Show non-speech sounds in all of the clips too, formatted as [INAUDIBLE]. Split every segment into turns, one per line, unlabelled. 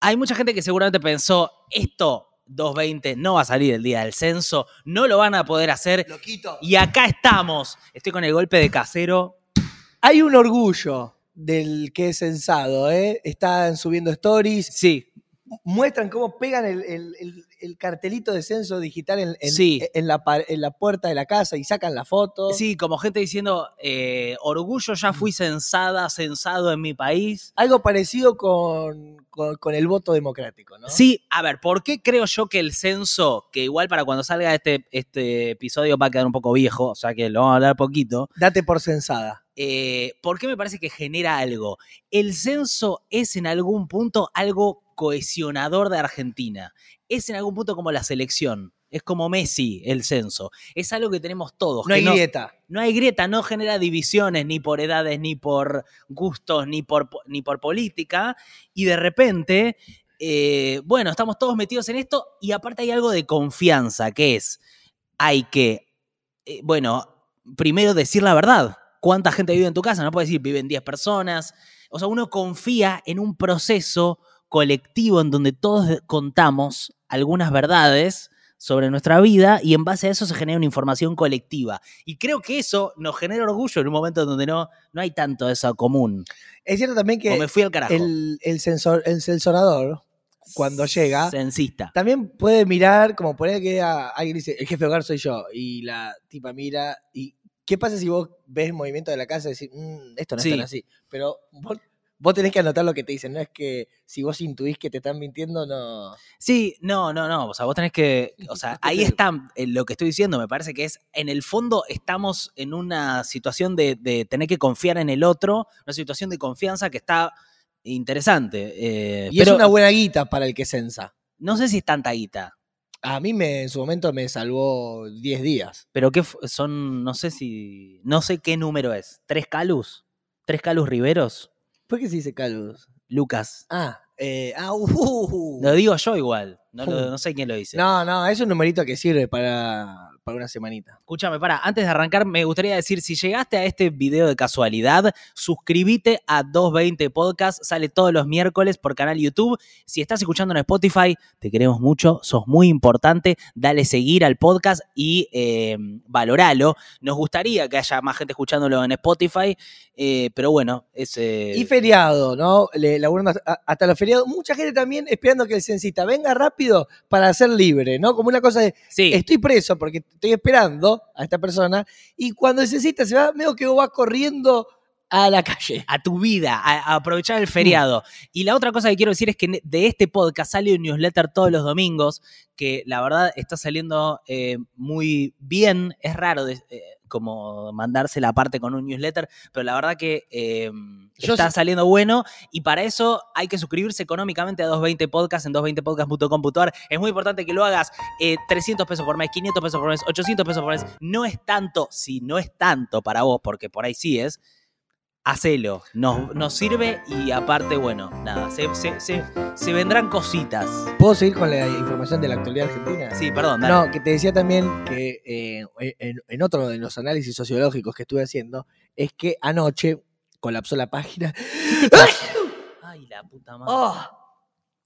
Hay mucha gente que seguramente pensó, esto 220 no va a salir el día del censo, no lo van a poder hacer.
Loquito.
Y acá estamos. Estoy con el golpe de casero.
Hay un orgullo del que es censado, ¿eh? Están subiendo stories,
Sí,
muestran cómo pegan el, el- el- el cartelito de censo digital en, en-
Sí.
en la, pa- en la puerta de la casa y sacan la foto.
sí, como gente diciendo, eh, orgullo, ya fui censada, censado en mi país.
Algo parecido con, con- con el voto democrático, ¿no?
Sí, a ver, ¿por qué creo yo que el censo, que igual para cuando salga este, este episodio va a quedar un poco viejo, o sea que lo vamos a hablar poquito,
Date por censada.
eh, ¿por qué me parece que genera algo? El censo es en algún punto algo cohesionador de Argentina. Es en algún punto como la selección. Es como Messi el censo. Es algo que tenemos todos. que
No hay grieta.
no hay grieta, no genera divisiones ni por edades, ni por gustos, ni por, po- ni por política. Y de repente, eh, bueno, estamos todos metidos en esto y aparte hay algo de confianza, que es, hay que, eh, bueno, primero decir la verdad. ¿Cuánta gente vive en tu casa? No puedes decir, viven 10 personas. O sea, uno confía en un proceso colectivo en donde todos contamos algunas verdades sobre nuestra vida y en base a eso se genera una información colectiva. Y creo que eso nos genera orgullo en un momento donde no, no hay tanto eso común.
Es cierto también
o
que
me fui al carajo.
el, el, censor, el censorador, cuando llega,
Censista.
También puede mirar, como poner que a- alguien dice, el jefe de hogar soy yo, y la tipa mira, y ¿qué pasa si vos ves movimiento de la casa y decís, "Mm, esto no
Sí.
es tan así? Pero vos, vos tenés que anotar lo que te dicen, no es que si vos intuís que te están mintiendo, no...
Sí, no, no, no. O sea, vos tenés que. O
[LAUGHS]
sea, ahí está eh, lo que estoy diciendo. Me parece que es. En el fondo, estamos en una situación de, de tener que confiar en el otro, una situación de confianza que está interesante. eh,
Y
pero
es una buena guita para el que censa.
no sé si es tanta guita,
A mí me, en su momento me salvó 10 días.
pero que son. No sé si. No sé qué número es. ¿Tres calus? ¿Tres calus riveros?
¿Por qué se dice calus?
Lucas.
Ah, eh, ah, uh.
Lo digo yo igual. No, lo-
Uh.
no sé quién lo dice.
No, no, es un numerito que sirve para, para una semanita.
Escúchame, para, antes de arrancar, me gustaría decir, si llegaste a este video de casualidad, suscríbete a 220 Podcast, sale todos los miércoles por canal YouTube. Si estás escuchando en Spotify, te queremos mucho, sos muy importante, dale seguir al podcast y eh, valoralo. Nos gustaría que haya más gente escuchándolo en Spotify, eh, pero bueno, es... eh,
Y feriado, ¿no? Le laburan hasta, hasta los feriados. Mucha gente también esperando que el censista venga rápido para ser libre, ¿no? Como una cosa de,
sí.
estoy preso porque estoy esperando a esta persona y cuando el censista se va, medio que vos vas corriendo a la calle.
a tu vida, a, a aprovechar el feriado. Y la otra cosa que quiero decir es que ne- de este podcast sale un newsletter todos los domingos, que la verdad está saliendo eh, muy bien. Es raro de- eh, como mandarse la parte con un newsletter, pero la verdad que eh,
Yo
está
sé-
saliendo bueno. Y para eso hay que suscribirse económicamente a 220 Podcast en 220podcast.com.ar. Es muy importante que lo hagas. eh, 300 pesos por mes, 500 pesos por mes, 800 pesos por mes. No es tanto, si no es tanto para vos, porque por ahí sí es, hacelo. Nos, nos sirve y aparte, bueno, nada, se, se- se- se vendrán cositas.
¿Puedo seguir con la información de la actualidad argentina?
Sí, perdón, dale.
No, que te decía también que eh, en, en otro de los análisis sociológicos que estuve haciendo es que anoche colapsó la página.
Ay, la puta madre.
¡Oh!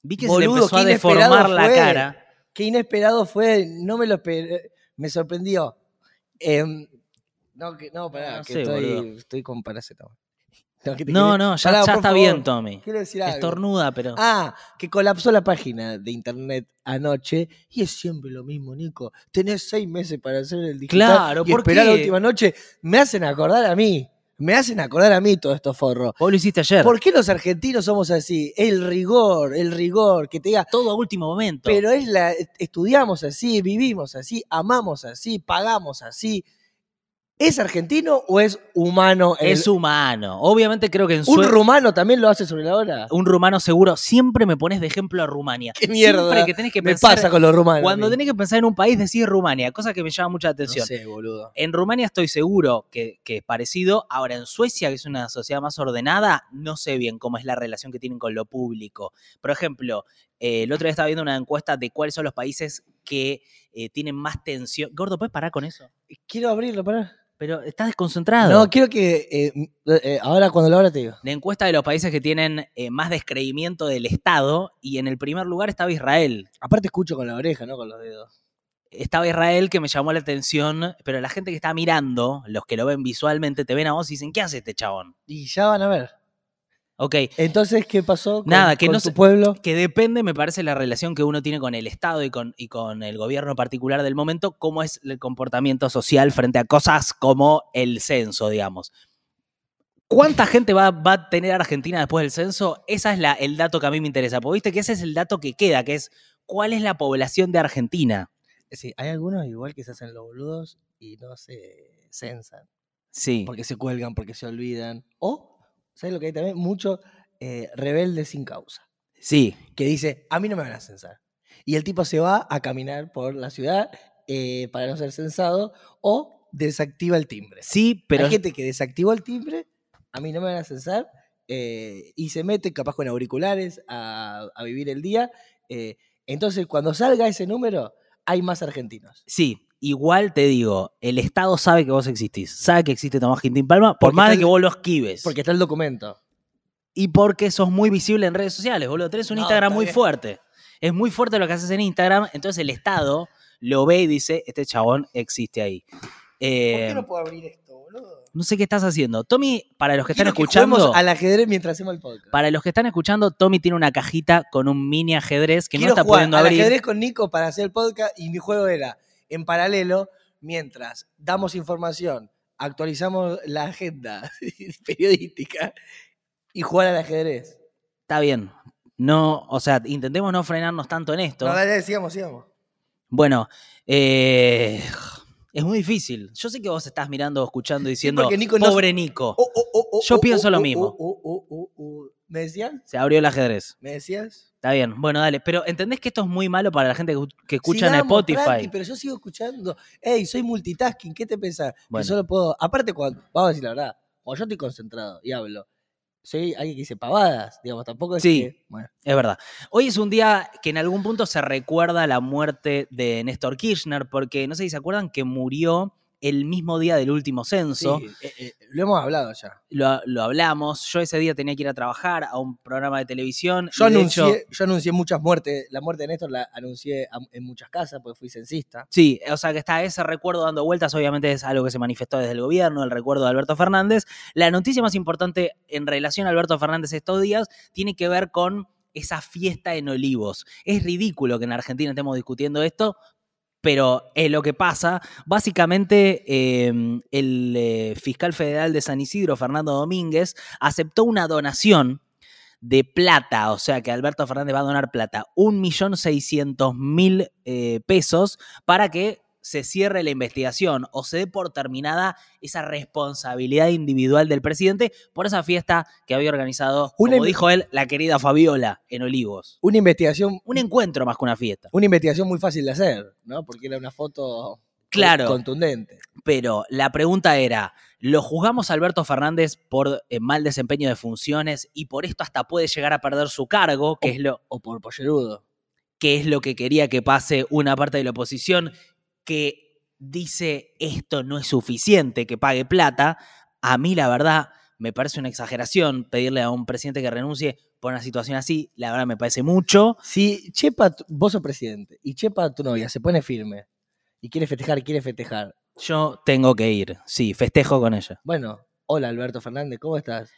Vi que se le
boludo,
empezó a
qué inesperado
deformar la
fue.
cara.
Qué inesperado fue, no me lo esperé, me sorprendió. Em, no, que, no, pará,
No
que
sé,
estoy,
boludo.
estoy con paracetamol. [LAUGHS] No, que te
No,
quería-
no, ya,
Pará,
ya
por
está
favor,
bien, Tommy.
Quiero decir algo.
Estornuda, pero.
Ah, que colapsó la página de internet anoche y es siempre lo mismo, Nico. Tenés seis meses para hacer el digital
Claro,
y
¿por
esperar la
qué?
última noche. Me hacen acordar a mí, me hacen acordar a mí todo esto forro.
Vos lo hiciste ayer.
¿Por qué los argentinos somos así? El rigor, el rigor, que te diga,
Todo a último momento.
pero es la, estudiamos así, vivimos así, amamos así, pagamos así. ¿Es argentino o es humano? el-
es humano. Obviamente creo que en
un
Sue-
rumano también lo hace sobre la hora.
un rumano seguro. Siempre me pones de ejemplo a Rumania.
Qué mierda.
Siempre que tenés que
Me
pensar.
pasa con los rumanos.
cuando
a mí.
tenés que pensar en un país, decís Rumania, cosa que me llama mucha atención.
No sé, boludo.
En Rumania estoy seguro que, que es parecido. Ahora, en Suecia, que es una sociedad más ordenada, no sé bien cómo es la relación que tienen con lo público. Por ejemplo, eh, el otro día estaba viendo una encuesta de cuáles son los países que eh, tienen más tensión. Gordo, ¿puedes parar con eso?
Quiero abrirlo, pará.
Pero Pero estás desconcentrado.
No, quiero que. eh, m- eh, ahora, cuando lo abra, te digo.
La encuesta de los países que tienen eh, más descreimiento del Estado, y en el primer lugar estaba Israel.
Aparte, escucho con la oreja, no con los dedos.
Estaba Israel que me llamó la atención, pero la gente que está mirando, los que lo ven visualmente, te ven a vos y dicen, ¿qué hace este chabón?
Y ya van a ver.
Ok,
Entonces, ¿qué pasó con,
Nada, que
con
no
tu
se-
pueblo?
que depende, me parece, la relación que uno tiene con el Estado y con, y con el gobierno particular del momento, cómo es el comportamiento social frente a cosas como el censo, digamos. ¿Cuánta gente va, va a tener Argentina después del censo? Ese es la, el dato que a mí me interesa, porque viste que ese es el dato que queda, que es cuál es la población de Argentina.
Sí, hay algunos igual que se hacen los boludos y no se censan.
Sí.
Porque se cuelgan, porque se olvidan. O, ¿sabes lo que hay también? Mucho eh, rebelde sin causa.
Sí.
que dice, a mí no me van a censar. Y el tipo se va a caminar por la ciudad eh, para no ser censado o desactiva el timbre.
Sí, pero
Hay gente que desactivó el timbre, a mí no me van a censar, eh, y se mete capaz con auriculares a, a vivir el día. eh, entonces, cuando salga ese número, hay más argentinos.
sí, igual te digo, el Estado sabe que vos existís, sabe que existe Tomás Quintín Palma, por
Porque
más
está
de
el-
que vos lo esquives.
Porque está el documento.
y porque sos muy visible en redes sociales, boludo. Tenés un
No,
Instagram
está
muy
bien.
fuerte. Es muy fuerte lo que haces en Instagram, entonces el Estado lo ve y dice, este chabón existe ahí. Eh, no,
puedo abrir esto, boludo?
sé qué estás haciendo. Tommy, para los que están escuchando,
al ajedrez mientras hacemos el podcast.
para los que están escuchando, Tommy tiene una cajita con un mini ajedrez que
Quiero
no está
jugar
pudiendo
al
abrir.
ajedrez con Nico para hacer el podcast y mi juego era en paralelo mientras damos información, actualizamos la agenda [LAUGHS] periodística y jugar al ajedrez.
Está bien. No, o sea, intentemos no frenarnos tanto en esto.
No, dale, dale, sigamos, sigamos.
Bueno, eh, es muy difícil. Yo sé que vos estás mirando, escuchando, diciendo,
porque Nico no-
pobre Nico.
Oh, oh, oh, oh,
Yo
oh,
pienso
oh,
lo
oh,
mismo.
oh, oh, oh, oh, oh. ¿Me decían?
Se abrió el ajedrez.
¿Me decías?
Está bien, bueno, dale. Pero entendés que esto es muy malo para la gente que, que escucha en
Sigamos,
Spotify.
tranqui, pero yo sigo escuchando. Ey, soy multitasking, ¿qué te pensás? Que
Bueno.
solo puedo. Aparte, cuando, vamos a decir la verdad, cuando yo estoy concentrado y hablo, soy alguien que dice pavadas, digamos, tampoco es
Sí.
que- bueno.
Es verdad. Hoy es un día que en algún punto se recuerda la muerte de Néstor Kirchner, porque no sé si se acuerdan que murió el mismo día del último censo.
Sí, eh, eh, lo hemos hablado ya.
Lo, lo hablamos. Yo ese día tenía que ir a trabajar a un programa de televisión.
Yo
y de
anuncié,
hecho-
yo anuncié muchas muertes. La muerte de Néstor la anuncié a- en muchas casas porque fui censista.
Sí, o sea que está ese recuerdo dando vueltas, obviamente es algo que se manifestó desde el gobierno, el recuerdo de Alberto Fernández. La noticia más importante en relación a Alberto Fernández estos días tiene que ver con esa fiesta en Olivos. Es ridículo que en Argentina estemos discutiendo esto, pero es lo que pasa. Básicamente, eh, el eh, fiscal federal de San Isidro, Fernando Domínguez, aceptó una donación de plata, o sea que Alberto Fernández va a donar plata, 1.600.000 eh, pesos para que se cierre la investigación o se dé por terminada esa responsabilidad individual del presidente por esa fiesta que había organizado,
Una
como
inve-
dijo él, la querida Fabiola en Olivos.
Una investigación,
Un encuentro más que una fiesta.
una investigación muy fácil de hacer, ¿no? Porque era una foto
Claro.
contundente.
Pero la pregunta era, ¿lo juzgamos a Alberto Fernández por eh, mal desempeño de funciones y por esto hasta puede llegar a perder su cargo, que es lo,
O por pollerudo.
que es lo que quería que pase una parte de la oposición, que dice esto no es suficiente, que pague plata? A mí la verdad me parece una exageración pedirle a un presidente que renuncie por una situación así, la verdad me parece mucho.
Si Chepa, tu- vos sos presidente, y Chepa, tu novia, se pone firme y quiere festejar, quiere festejar.
Yo tengo que ir, sí, festejo con ella.
Bueno, hola Alberto Fernández, ¿cómo estás?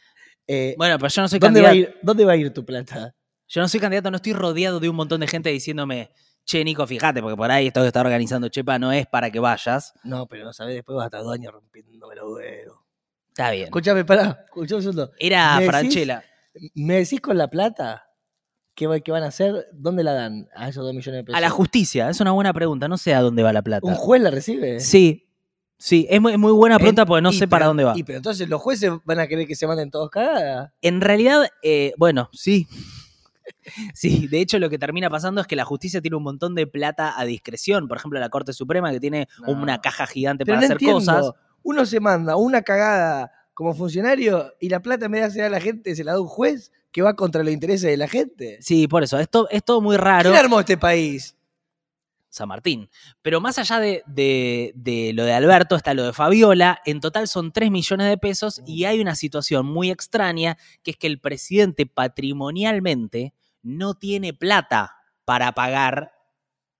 Eh,
Bueno, pero yo no soy
¿dónde, va
candidato.
a ir, ¿Dónde va a ir tu plata?
Yo no soy candidato, no estoy rodeado de un montón de gente diciéndome, che, Nico, fíjate, porque por ahí esto que está organizando Chepa no es para que vayas.
No, pero no sabés, después vas a estar dos años rompiéndome los huevos.
Está bien.
Escuchame, pará, escuchame un segundo.
Era
¿Me decís?
Franchella.
¿Me decís con la plata? ¿Qué, va- qué van a hacer? ¿Dónde la dan a esos dos millones de pesos?
A la justicia, es una buena pregunta, no sé a dónde va la plata.
¿Un juez la recibe?
Sí, sí, es muy, es muy buena pregunta porque no
Y
sé para
pero-
dónde va.
Y pero entonces los jueces van a querer que se manden todos cagadas.
En realidad, eh, bueno, sí. [LAUGHS] Sí, de hecho lo que termina pasando es que la justicia tiene un montón de plata a discreción. Por ejemplo, la Corte Suprema que tiene
No.
una caja gigante
Pero
para
no
hacer
entiendo.
cosas.
Uno se manda una cagada como funcionario y la plata en vez de hacer a la gente se la da un juez que va contra los intereses de la gente.
Sí, por eso. Esto es todo muy raro.
¿Quién armó este país?
San Martín. Pero más allá de, de- de lo de Alberto, está lo de Fabiola. En total son 3 millones de pesos y hay una situación muy extraña, que es que el presidente patrimonialmente no tiene plata para pagar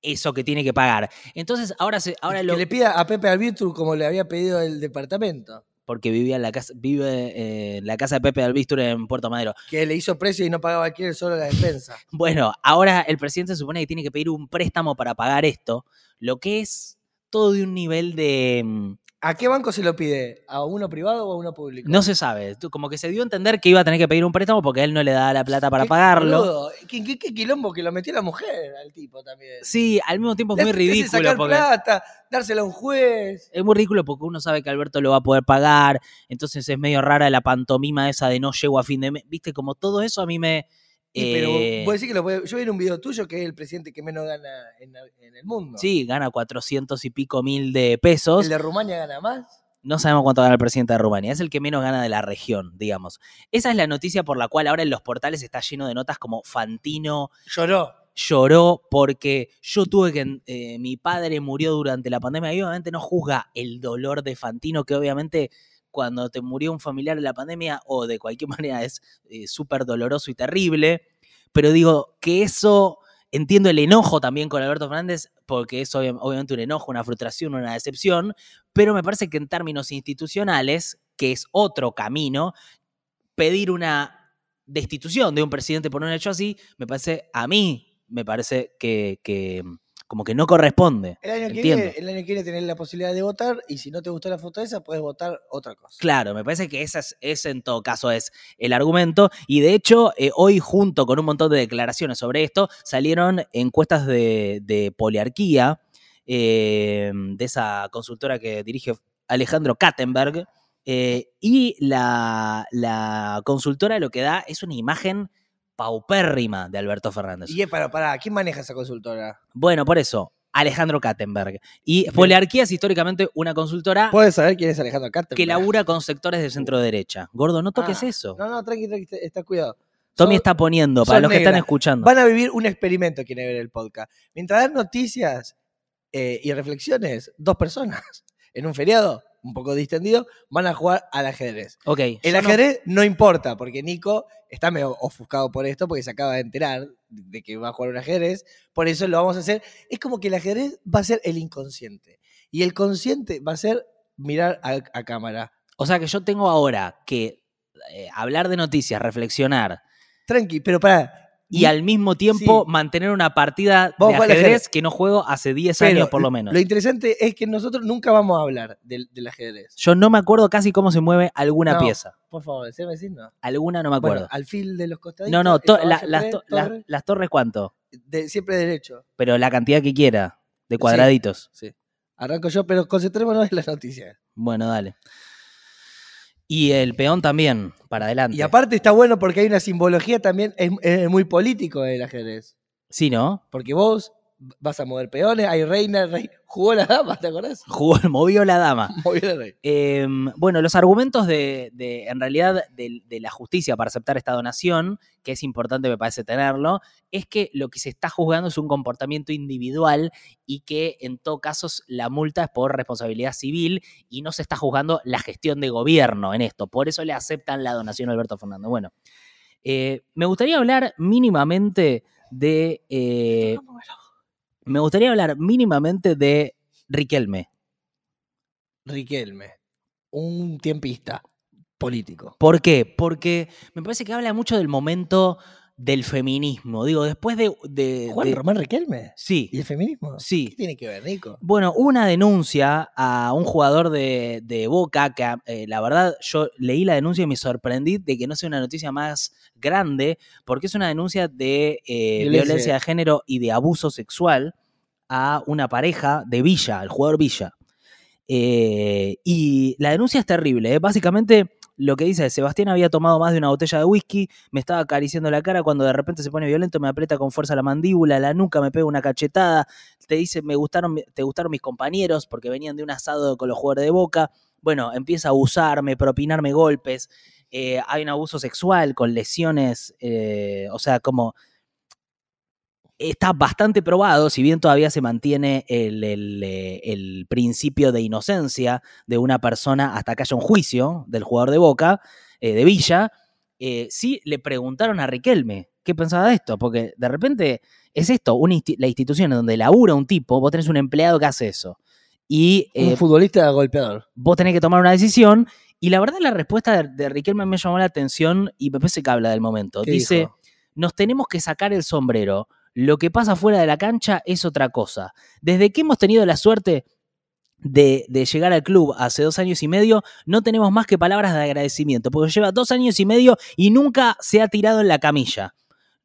eso que tiene que pagar. Entonces, ahora, se, ahora
que
lo...
le pida a Pepe Arbitru como le había pedido el departamento,
Porque vivía en la casa, vive eh, en la casa de Pepe Albistur en Puerto Madero.
que le hizo precio y no pagaba alquiler solo la despensa.
Bueno, ahora el presidente se supone que tiene que pedir un préstamo para pagar esto, lo que es todo de un nivel de... mm,
¿A qué banco se lo pide? ¿A uno privado o a uno público?
No se sabe, tú- como que se dio a entender que iba a tener que pedir un préstamo porque a él no le da la plata para pagarlo.
boludo, ¿Qué, qué- qué quilombo que lo metió la mujer al tipo también.
Sí, al mismo tiempo es muy
Le hace
ridículo
sacar
porque...
plata, dársela a un juez.
Es muy ridículo porque uno sabe que Alberto lo va a poder pagar, entonces es medio rara la pantomima esa de no llego a fin de mes. Viste, como todo eso a mí me...
Y,
eh,
pero vos decís que lo puede- Yo vi en un video tuyo que es el presidente que menos gana en, en el mundo.
Sí, gana 400 y pico mil de pesos.
El de Rumania gana más.
No sabemos cuánto gana el presidente de Rumania. Es el que menos gana de la región, digamos. Esa es la noticia por la cual ahora en los portales está lleno de notas como Fantino
Lloró.
lloró porque yo tuve que... eh, mi padre murió durante la pandemia. Y obviamente no juzga el dolor de Fantino, que obviamente cuando te murió un familiar de la pandemia o de cualquier [LAUGHS] manera es eh, súper doloroso y terrible. Pero digo que eso... Entiendo el enojo también con Alberto Fernández, porque es obvia- obviamente un enojo, una frustración, una decepción, pero me parece que en términos institucionales, que es otro camino, pedir una destitución de un presidente por un hecho así, me parece, a mí, me parece que, que mm, como que no corresponde.
El año, que
Entiendo.
viene, el año que viene tenés la posibilidad de votar y si no te gustó la foto esa, puedes votar otra cosa.
Claro, me parece que ese, es, ese en todo caso es el argumento. Y de hecho, eh, hoy junto con un montón de declaraciones sobre esto, salieron encuestas de, de poliarquía eh, de esa consultora que dirige Alejandro Kattenberg. eh, y la, la consultora lo que da es una imagen paupérrima de Alberto Fernández.
Y es para, para, ¿quién maneja esa consultora?
Bueno, por eso, Alejandro Kattenberg. Y poliarquía es históricamente una consultora
¿Puedes saber quién es Alejandro Carter?
Ah. que labura con sectores de centro derecha. Gordo, no toques
Ah,
eso.
No, no, tranqui, tranqui, está- está cuidado.
Tommy
Son-
está poniendo, para
son
los que están
negras.
escuchando.
Van a vivir un experimento quienes ven el podcast. Mientras dan noticias eh, y reflexiones, dos personas [LAUGHS] en un feriado un poco distendido van a jugar al ajedrez.
ok.
El
yo no-
ajedrez no... importa, porque Nico está medio ofuscado por esto, porque se acaba de enterar de que va a jugar un ajedrez. Por eso lo vamos a hacer. Es como que el ajedrez va a ser el inconsciente. Y el consciente va a ser mirar a, a cámara.
o sea que yo tengo ahora que eh, hablar de noticias, reflexionar
Tranqui, pero para.
y al mismo tiempo mantener una partida
Vamos
de
a jugar al
ajedrez,
ajedrez.
que no juego hace 10 años por lo menos.
Lo interesante es que nosotros nunca vamos a hablar del, del ajedrez.
yo no me acuerdo casi cómo se mueve alguna
No.
pieza.
Por favor, se decir no.
Alguna no me
Bueno,
acuerdo.
al fil de los costaditos.
no, no,
el
to-
caballo
la-
tres,
las, to- las-
torre,
las torres cuánto,
de- siempre derecho.
pero la cantidad que quiera, de cuadraditos.
Sí. Arranco yo, pero concentrémonos en las noticias.
Bueno, dale. Y el peón también, para adelante.
Y aparte está bueno porque hay una simbología también, es, es muy político el ajedrez.
sí, ¿no?
Porque vos vas a mover peones, hay reina, el rey. Jugó la dama, ¿te
[LAUGHS]
acordás?
Jugó, movió la dama.
Movió el rey.
Eh, bueno, los argumentos de, de- en realidad, de, de la justicia para aceptar esta donación, que es importante, me parece tenerlo, es que lo que se está juzgando es un comportamiento individual y que en todo caso s- la multa es por responsabilidad civil y no se está juzgando la gestión de gobierno en esto. Por eso le aceptan la donación a Alberto Fernández. Bueno, eh, me gustaría hablar mínimamente de. eh, me gustaría hablar mínimamente de Riquelme.
Riquelme, un tiempista político.
¿Por qué? Porque me parece que habla mucho del momento del feminismo. Digo, después de. de-
Juan
de-
Eh, Román Riquelme. ¿Y
sí,
el feminismo? ¿Qué
sí.
tiene que ver, Nico?
Bueno, hubo una denuncia a un jugador de, de Boca, que eh, la verdad yo leí la denuncia y me sorprendí de que no sea una noticia más grande, porque es una denuncia de eh,
Violencia.
violencia de género y de abuso sexual a una pareja de Villa, al jugador Villa. Eh, y la denuncia es terrible. ¿eh? Básicamente lo que dice es, Sebastián había tomado más de una botella de whisky, me estaba acariciando la cara cuando de repente se pone violento, me aprieta con fuerza la mandíbula, la nuca, me pega una cachetada, te dice, me gustaron, mi- te gustaron mis compañeros porque venían de un asado con los jugadores de Boca. Bueno, empieza a abusarme, propinarme golpes. eh, hay un abuso sexual con lesiones, eh, o sea, como está bastante probado, si bien todavía se mantiene el, el, eh, el principio de inocencia de una persona hasta que haya un juicio del jugador de Boca, eh, de Villa, eh, sí le preguntaron a Riquelme qué pensaba de esto, porque de repente es esto, una insti- la institución en donde labura un tipo, vos tenés un empleado que hace eso, y eh,
Un futbolista golpeador.
vos tenés que tomar una decisión, y la verdad la respuesta de, de Riquelme me llamó la atención y me parece que habla del momento.
¿Qué
Dice
dijo?
nos tenemos que sacar el sombrero. Lo que pasa fuera de la cancha es otra cosa. Desde que hemos tenido la suerte de, de llegar al club hace dos años y medio, no tenemos más que palabras de agradecimiento, porque lleva dos años y medio y nunca se ha tirado en la camilla.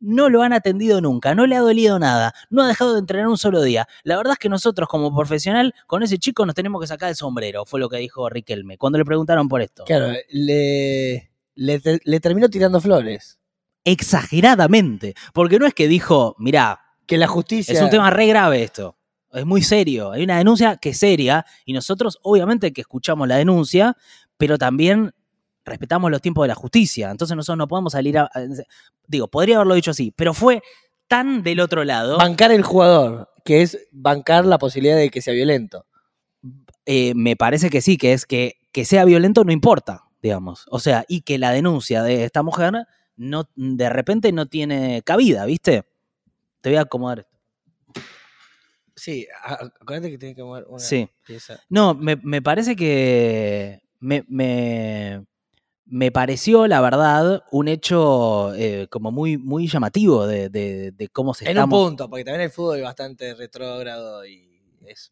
No lo han atendido nunca, no le ha dolido nada, no ha dejado de entrenar un solo día. La verdad es que nosotros como profesional con ese chico nos tenemos que sacar el sombrero, fue lo que dijo Riquelme cuando le preguntaron por esto.
Claro, le, le, te- le terminó tirando flores.
Exageradamente, porque no es que dijo, mirá,
Que la justicia.
Es un tema re grave esto. Es muy serio. Hay una denuncia que es seria y nosotros obviamente que escuchamos la denuncia, pero también respetamos los tiempos de la justicia. Entonces nosotros no podemos salir a... a- Digo, podría haberlo dicho así, pero fue tan del otro lado.
Bancar el jugador, que es bancar la posibilidad de que sea violento.
eh, me parece que sí, que es que, que sea violento no importa, digamos. O sea, y que la denuncia de esta mujer no, de repente no tiene cabida, ¿viste? Te voy a acomodar. esto.
Sí, a- acuérdate que tiene que mover una
Sí.
pieza.
No, me, me parece que me, me- me pareció, la verdad, un hecho eh, como muy, muy llamativo de, de- de cómo se
En
está...
un
mo-
punto, porque también el fútbol es bastante retrógrado y es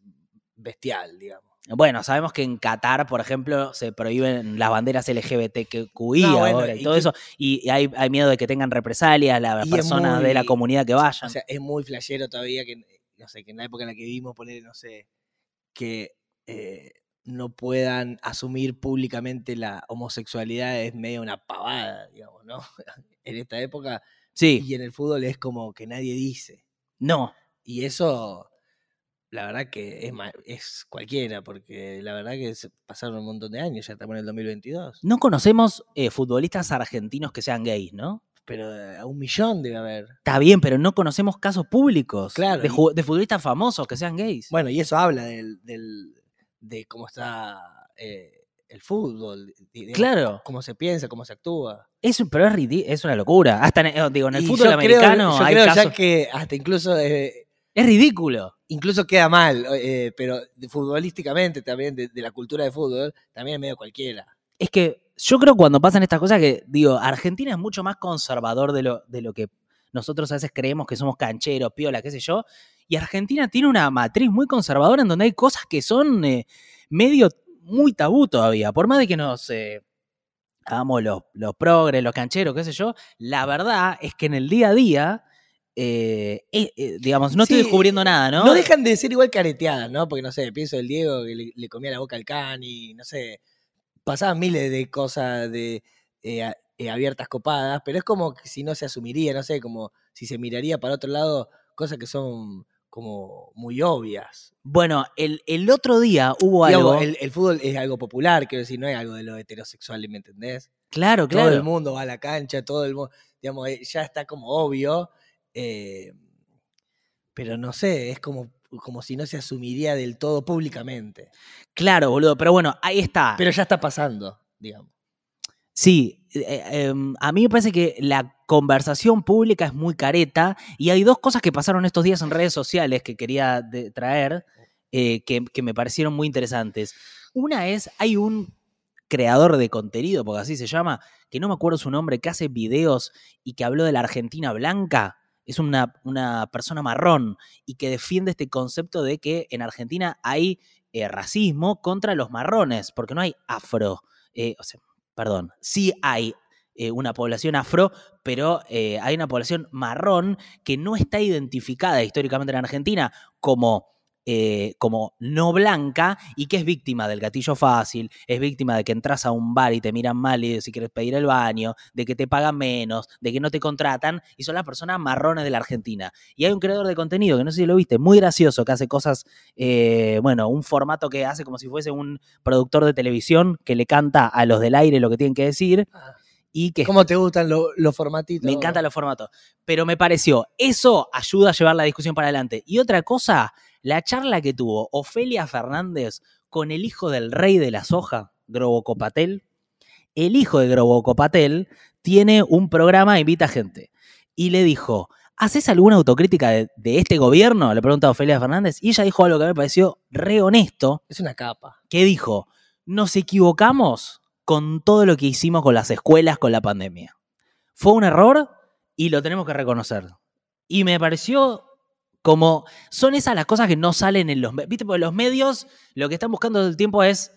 bestial, digamos.
Bueno, sabemos que en Qatar, por ejemplo, se prohíben las banderas LGBTQI
No, Ah, bueno,
ahora y,
y
todo
que-
eso, y hay, hay miedo de que tengan represalias las
Y es
personas de la
muy-
comunidad que vayan.
O sea, es muy flashero todavía que, no sé, que en la época en la que vivimos, poner, no sé, que eh, no puedan asumir públicamente la homosexualidad es medio una pavada, digamos, ¿no? [LAUGHS] en esta época
sí,
y en el fútbol es como que nadie dice.
no,
Y eso, la verdad que es, ma- es cualquiera, porque la verdad que se pasaron un montón de años, ya estamos en el 2022.
no conocemos eh, futbolistas argentinos que sean gays, ¿no?
Pero eh, a un millón debe haber.
Está bien, pero no conocemos casos públicos
Claro,
de,
y-
ju- de futbolistas famosos que sean gays.
Bueno, y eso habla del, del- de cómo está eh, el fútbol. di- digamos,
Claro.
Cómo se piensa, cómo se actúa.
Es, pero es, ridi- es una locura. Hasta en, eh, digo, en el
Y
fútbol
yo creo-
americano
yo
hay
creo ya
casos-
que hasta incluso, eh,
Es ridículo.
incluso queda mal, eh, pero de- futbolísticamente también, de, de la cultura de fútbol, también es medio cualquiera.
Es que yo creo cuando pasan estas cosas que, digo, Argentina es mucho más conservador de lo, de lo que nosotros a veces creemos que somos cancheros, piola, qué sé yo. Y Argentina tiene una matriz muy conservadora en donde hay cosas que son eh, medio muy tabú todavía. Por más de que nos eh, hagamos los, los progres, los cancheros, qué sé yo, la verdad es que en el día a día, eh, eh, eh, digamos, no
Sí,
estoy descubriendo nada, ¿no?
No dejan de ser igual careteadas, ¿no? Porque no sé, pienso el Diego que le, le comía la boca al Cani, no sé. Pasaban miles de cosas de eh, a- eh, abiertas copadas, pero es como que si no se asumiría, no sé, como si se miraría para otro lado, cosas que son como muy obvias.
Bueno, el, el otro día hubo
Digamos,
algo.
el, el fútbol es algo popular, quiero decir, no es algo de lo heterosexual, ¿me entendés?
claro, claro.
Todo el mundo va a la cancha, todo el mundo, digamos, eh, ya está como obvio, eh, pero no sé, es como, como si no se asumiría del todo públicamente.
Claro, boludo. Pero bueno, ahí está.
Pero ya está pasando, digamos.
Sí, eh, em, a mí me parece que la conversación pública es muy careta y hay dos cosas que pasaron estos días en redes sociales que quería de- traer eh, que, que me parecieron muy interesantes. Una es, hay un creador de contenido, porque así se llama, que no me acuerdo su nombre, que hace videos y que habló de la Argentina blanca. Es una, una persona marrón y que defiende este concepto de que en Argentina hay eh, racismo contra los marrones, porque no hay afro. eh, o sea, perdón, sí hay eh, una población afro, pero eh, hay una población marrón que no está identificada históricamente en Argentina como, eh, como no blanca y que es víctima del gatillo fácil, es víctima de que entras a un bar y te miran mal y si quieres pedir el baño, de que te pagan menos, de que no te contratan y son las personas marrones de la Argentina. Y hay un creador de contenido que no sé si lo viste, muy gracioso, que hace cosas, eh, bueno, un formato que hace como si fuese un productor de televisión que le canta a los del aire lo que tienen que decir y que
¿Cómo te gustan lo- los formatitos?
me encantan los formatos. Pero me pareció, eso ayuda a llevar la discusión para adelante. Y otra cosa, la charla que tuvo Ofelia Fernández con el hijo del rey de la soja, Grobocopatel. El hijo de Grobocopatel tiene un programa, invita gente. Y le dijo, ¿haces alguna autocrítica de, de este gobierno? Le pregunta Ofelia Fernández. Y ella dijo algo que me pareció re honesto,
Es una capa.
que dijo, nos equivocamos con todo lo que hicimos con las escuelas, con la pandemia. Fue un error y lo tenemos que reconocer. Y me pareció como, son esas las cosas que no salen en los medios. Viste, porque los medios lo que están buscando todo el tiempo es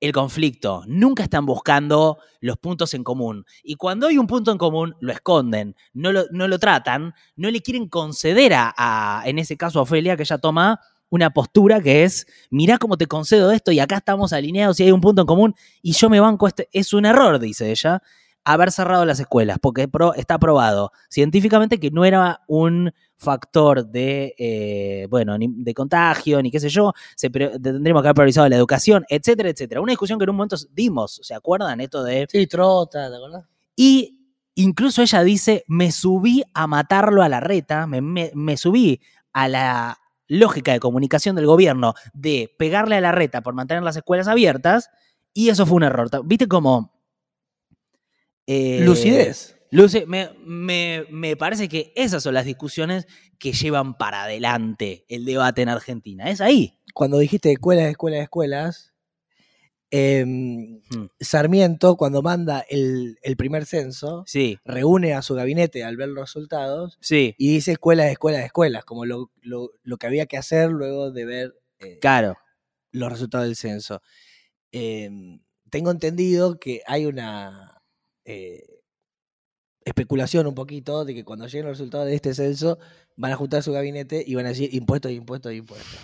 el conflicto. Nunca están buscando los puntos en común. Y cuando hay un punto en común, lo esconden, no lo, no lo tratan, no le quieren conceder a, a- en ese caso, a Ofelia, que ella toma una postura que es, mirá cómo te concedo esto y acá estamos alineados y hay un punto en común y yo me banco este, es un error, dice ella, haber cerrado las escuelas, porque pro- está probado científicamente que no era un factor de, eh, bueno, ni- de contagio, ni qué sé yo, se pre- tendríamos que haber priorizado la educación, etcétera, etcétera. Una discusión que en un momento dimos, ¿se acuerdan? Esto de...
Sí, trota, ¿te acordás?
Y incluso ella dice, me subí a matarlo a la reta, me, me- me subí a la lógica de comunicación del gobierno de pegarle a la reta por mantener las escuelas abiertas, y eso fue un error. Ta- ¿Viste cómo? Eh,
Lucidez.
luce- me, me- me parece que esas son las discusiones que llevan para adelante el debate en Argentina. Es ahí.
Cuando dijiste escuelas, escuelas, escuelas, em,
Hmm.
Sarmiento, cuando manda el, el primer censo,
Sí,
reúne a su gabinete al ver los resultados
sí,
y dice escuelas, escuelas, escuelas, como lo, lo- lo que había que hacer luego de ver eh,
claro.
los resultados del censo. Em, tengo entendido que hay una eh, especulación un poquito de que cuando lleguen los resultados de este censo van a juntar su gabinete y van a decir impuestos, impuestos, impuestos.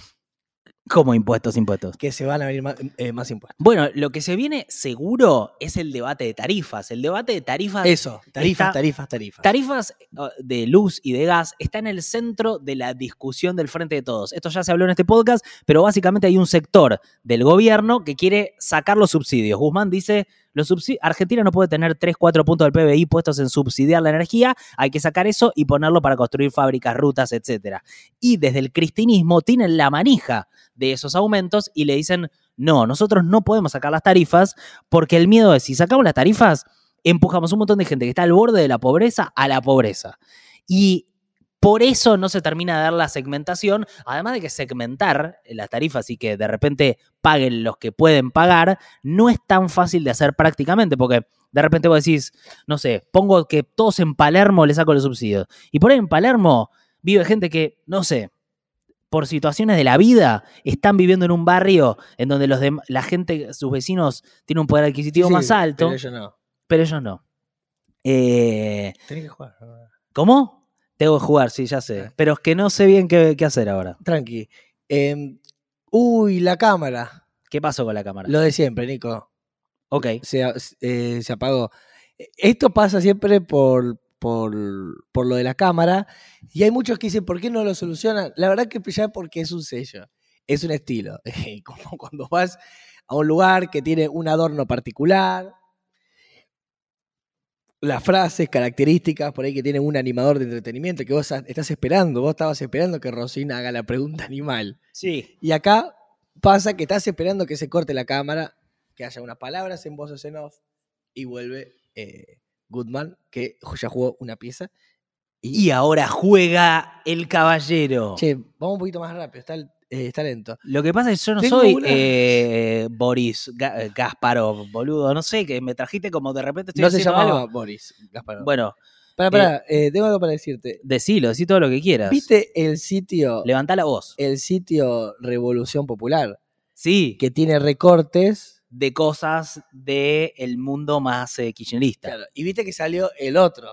Como impuestos, impuestos.
Que se van a venir más, eh, más impuestos.
Bueno, lo que se viene seguro es el debate de tarifas. El debate de tarifas.
Eso, tarifas,
Ah, está-
tarifas, tarifas.
Tarifas eh, de luz y de gas está en el centro de la discusión del Frente de Todos. Esto ya se habló en este podcast, pero básicamente hay un sector del gobierno que quiere sacar los subsidios. Guzmán dice, los subsi- Argentina no puede tener 3, 4 puntos del PBI puestos en subsidiar la energía, hay que sacar eso y ponerlo para construir fábricas, rutas, etc. Y desde el cristinismo tienen la manija de esos aumentos y le dicen, no, nosotros no podemos sacar las tarifas porque el miedo es, si sacamos las tarifas, empujamos un montón de gente que está al borde de la pobreza a la pobreza. Y por eso no se termina de dar la segmentación, además de que segmentar las tarifas y que de repente paguen los que pueden pagar, no es tan fácil de hacer prácticamente, porque de repente vos decís, no sé, pongo que todos en Palermo le saco los subsidios. Y por ahí en Palermo vive gente que, no sé, por situaciones de la vida, están viviendo en un barrio en donde los dem- la gente, sus vecinos, tienen un poder
Sí,
adquisitivo
sí,
más alto
pero yo no.
pero ellos no. Eh,
Tenés que jugar. ¿no?
¿Cómo? Tengo que jugar, sí, ya sé. Pero es que no sé bien qué, qué hacer ahora.
Tranqui. Em, uy, la cámara.
¿Qué pasó con la cámara?
Lo de siempre, Nico.
ok.
se, a- s- eh, se apagó. E- Esto pasa siempre por, por, por lo de la cámara y hay muchos que dicen, ¿por qué no lo solucionan? La verdad que ya porque es un sello, es un estilo. [LAUGHS] Y Como cuando vas a un lugar que tiene un adorno particular, las frases, características, por ahí que tiene un animador de entretenimiento que vos a- estás esperando, vos estabas esperando que Rosina haga la pregunta [LAUGHS] animal.
Sí.
Y acá pasa que estás esperando que se corte la cámara, que haya unas palabras en voces en off, y vuelve eh, Goodman, que ya jugó una pieza.
Y ahora juega el caballero.
Che, vamos un poquito más rápido, está, el- eh, está lento.
Lo que pasa es que Oh. yo no
Tengo
soy
una-
eh, Boris Ga- eh, Gasparov, boludo. No sé, que me trajiste como de repente estoy
no se
haciendo
llamaba
algo.
Boris Gasparov.
Bueno,
pará, pará, eh, tengo algo para decirte.
decilo, decí todo lo que quieras.
¿Viste Eh, el sitio,
Levantá la voz.
el sitio Revolución Popular?
Sí.
Que tiene recortes.
De cosas del mundo más eh, kirchnerista.
Claro, y viste que salió el otro,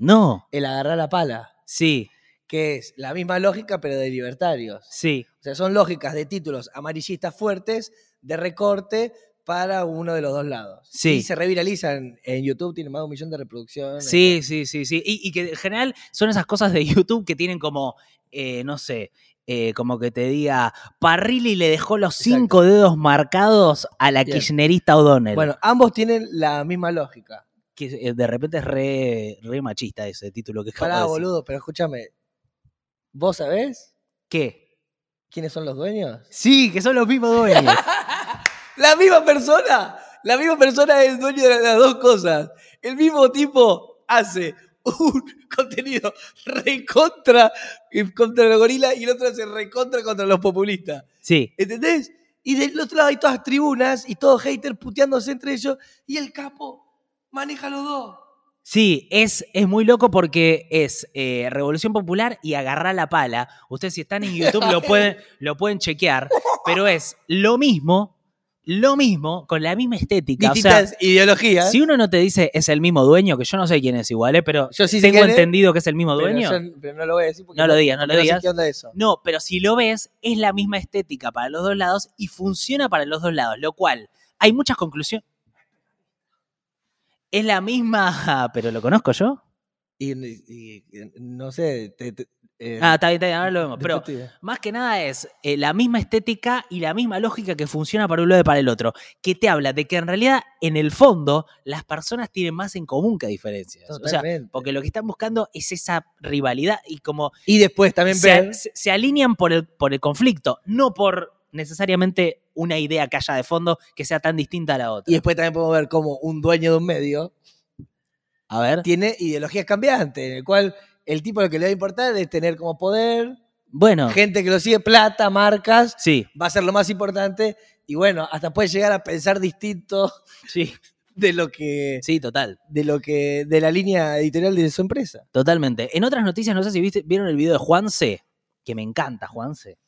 No.
el agarrar la pala,
Sí,
que es la misma lógica pero de libertarios.
sí.
O sea, son lógicas de títulos amarillistas fuertes de recorte para uno de los dos lados.
Sí.
Y se reviralizan en YouTube, tiene más de un millón de reproducciones.
Sí, sí, sí, sí. Y, y que en general son esas cosas de YouTube que tienen como, eh, no sé, eh, como que te diga, Parrilli le dejó los
Exacto.
cinco dedos marcados a la
Bien.
kirchnerista O'Donnell.
Bueno, ambos tienen la misma lógica,
que eh, de repente es re, re machista ese título que acabo de
Pará,
decir.
boludo, pero escúchame. ¿Vos sabés
¿Qué?
quiénes son los dueños?
Sí, que son los mismos dueños.
¡La misma persona! La misma persona es dueño de las dos cosas. El mismo tipo hace un [LAUGHS] contenido recontra eh, contra los gorilas y el otro hace recontra contra los populistas.
[LAUGHS] Sí.
¿Entendés? Y del otro lado hay todas tribunas y todos haters puteándose entre ellos y el capo maneja los dos.
Sí, es, es muy loco porque es eh, Revolución Popular y Agarrá la Pala. Ustedes si están en YouTube lo
[LAUGHS]
pueden, lo pueden chequear, pero es lo mismo, lo mismo, con la misma estética. O sea,
Distintas ideologías.
si uno no te dice es el mismo dueño, que yo no sé quién es igual, ¿eh? pero
Yo sí sé
tengo
quién es,
entendido que es el mismo
pero
dueño.
yo- pero no lo voy a decir porque
No lo digas, no lo
porque sé
digas.
¿Qué onda eso?
No, pero si lo ves, es la misma estética para los dos lados y funciona para los dos lados, lo cual hay muchas conclusiones. Es la misma, [LAUGHS] pero lo conozco yo.
Y, y- y no sé. te- te- eh,
Ah, está bien, está bien, ahora lo vemos.
después
Pero
te digo.
más que nada es eh, la misma estética y la misma lógica que funciona para un lado y para el otro, que te habla de que en realidad, en el fondo, las personas tienen más en común que diferencias. O sea,
Totalmente.
porque lo que están buscando es esa rivalidad y como
y después también
se,
ver.
se- se alinean por el, por el conflicto, no por necesariamente una idea que haya de fondo que sea tan distinta a la otra.
Y después también podemos ver cómo un dueño de un medio
a ver.
tiene ideologías cambiantes, en el cual el tipo lo que le va a importar es tener como poder,
Bueno,
gente que lo sigue, plata, marcas,
sí,
va a ser lo más importante. Y bueno, hasta puede llegar a pensar distinto [LAUGHS]
sí,
de lo que,
sí, total,
de lo que, de la línea editorial de su empresa.
totalmente. En otras noticias, no sé si viste, vieron el video de Juanse, que me encanta Juanse.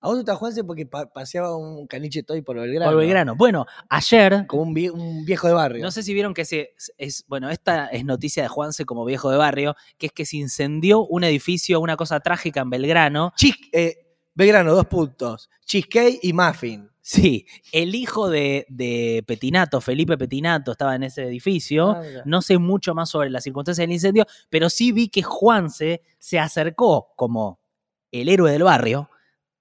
A vos te gusta Juanse porque pa- paseaba un caniche toy por Belgrano.
Por Belgrano. Bueno, ayer,
Como un, vie- un viejo de barrio.
no sé si vieron que se, es, bueno, esta es noticia de Juanse como viejo de barrio, que es que se incendió un edificio, una cosa trágica en Belgrano,
Chis- eh, Belgrano, dos puntos. Cheesecake y muffin.
Sí, el hijo de, de Petinato, Felipe Petinato, estaba en ese edificio.
Ah, mira.
No sé mucho más sobre las circunstancias del incendio, pero sí vi que Juanse se acercó como el héroe del barrio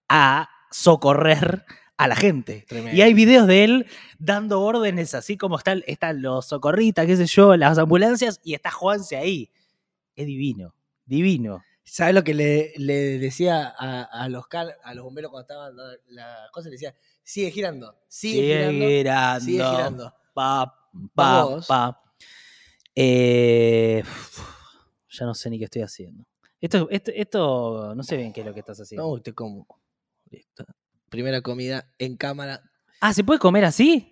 a socorrer a la gente.
Tremendo.
Y hay videos de él dando órdenes, así como están, están los socorritas, qué sé yo, las ambulancias, y está Juanse ahí. Es divino, divino.
¿Sabes lo que le, le decía a, a los cal- a los bomberos cuando estaban dando la cosa? Le decía, sigue girando, sigue, girando,
girando,
sigue girando.
pa, pa,
Vos.
pa. Eh, ya no sé ni qué estoy haciendo. Esto, esto, esto, no sé bien qué es lo que estás haciendo.
No, te como. Listo. Primera comida en cámara.
Ah, ¿se puede comer así?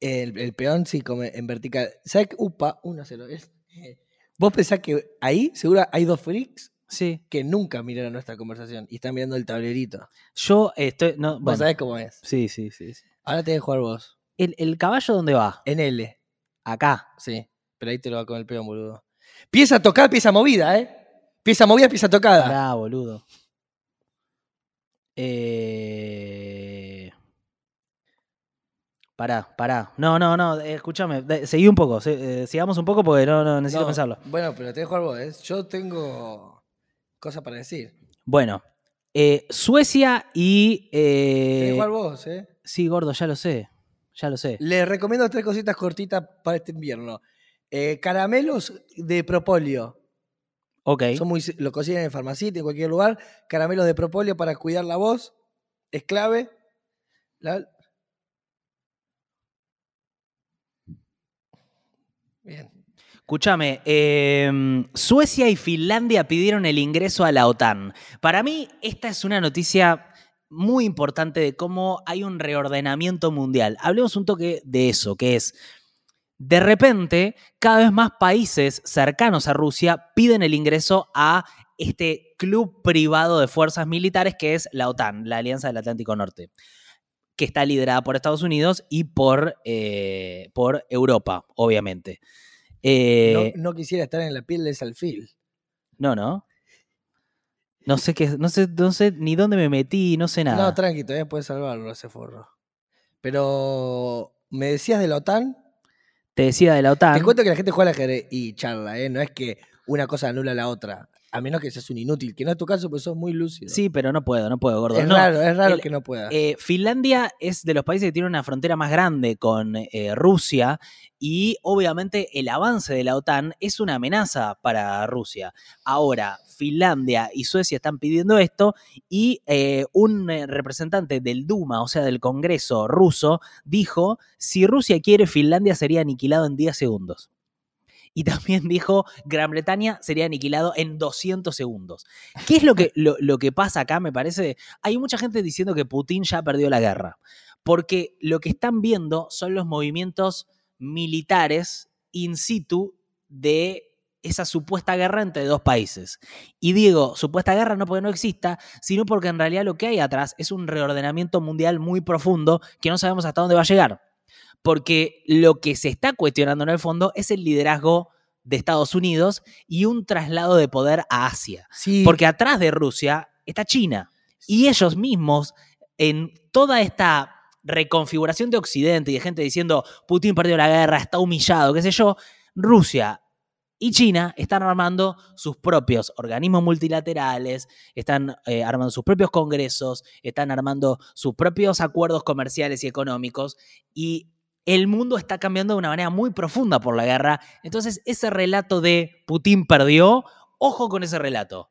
El, el peón sí come en vertical. ¿Sabes qué? Upa, uno se lo es. eh, Vos pensás que ahí, seguro, hay dos freaks
Sí.
que nunca miraron nuestra conversación y están mirando el tablerito.
Yo estoy. No,
Vos
bueno.
sabés cómo es.
Sí, sí, sí. sí.
Ahora tenés que jugar vos.
¿El, el caballo dónde va?
En L.
Acá.
Sí, pero ahí te lo va con el peón, boludo. Pieza tocada, pieza movida, ¿eh? Pieza movida, pieza tocada.
Pará, boludo. Eh... Pará, pará. No, no, no. eh, Escúchame. de- Seguí un poco. se- eh, sigamos un poco porque no, no necesito
No,
pensarlo.
Bueno, pero te dejo algo, ¿eh? Yo tengo cosas para decir.
Bueno, eh, Suecia y.
Te
eh,
dejo algo vos, ¿eh?
sí, gordo, ya lo sé. Ya lo sé.
Les recomiendo tres cositas cortitas para este invierno. Eh, caramelos de propóleo.
Ok.
Son muy, lo consiguen en farmacéutica, en cualquier lugar. Caramelos de propóleo para cuidar la voz. Es clave. La- Bien.
Escúchame. eh, Suecia y Finlandia pidieron el ingreso a la OTAN. Para mí, esta es una noticia muy importante de cómo hay un reordenamiento mundial. Hablemos un toque de eso, que es. De repente, cada vez más países cercanos a Rusia piden el ingreso a este club privado de fuerzas militares que es la OTAN, la Alianza del Atlántico Norte, que está liderada por Estados Unidos y por, eh, por Europa, obviamente. Eh,
no, no quisiera estar en la piel de ese alfil.
no, no. No sé qué, no sé, no sé ni dónde me metí, no sé nada.
No, tranqui, todavía puedes salvarlo ese forro. Pero me decías de la OTAN.
Te decía de la OTAN.
Te cuento que la gente juega al ajedrez y charla, ¿eh? No es que una cosa anula la otra. A menos que seas un inútil, que no es tu caso, pues sos muy lúcido.
Sí, pero no puedo, no puedo, gordo.
es
No,
raro, es raro
el-
que no pueda.
Eh, Finlandia es de los países que tiene una frontera más grande con eh, Rusia y obviamente el avance de la OTAN es una amenaza para Rusia. Ahora, Finlandia y Suecia están pidiendo esto y eh, un eh, representante del Duma, o sea, del Congreso ruso, dijo, si Rusia quiere, Finlandia sería aniquilado en 10 segundos. Y también dijo, Gran Bretaña sería aniquilado en 200 segundos. ¿Qué es lo que, lo- lo que pasa acá? Me parece hay mucha gente diciendo que Putin ya perdió la guerra, porque lo que están viendo son los movimientos militares in situ de esa supuesta guerra entre dos países. Y digo, supuesta guerra no porque no exista, sino porque en realidad lo que hay atrás es un reordenamiento mundial muy profundo que no sabemos hasta dónde va a llegar. Porque lo que se está cuestionando en el fondo es el liderazgo de Estados Unidos y un traslado de poder a Asia.
Sí,
Porque atrás de Rusia está China. Y ellos mismos, en toda esta reconfiguración de Occidente y de gente diciendo Putin perdió la guerra, está humillado, qué sé yo, Rusia y China están armando sus propios organismos multilaterales, están eh, armando sus propios congresos, están armando sus propios acuerdos comerciales y económicos. Y el mundo está cambiando de una manera muy profunda por la guerra. Entonces, ese relato de Putin perdió, ojo con ese relato.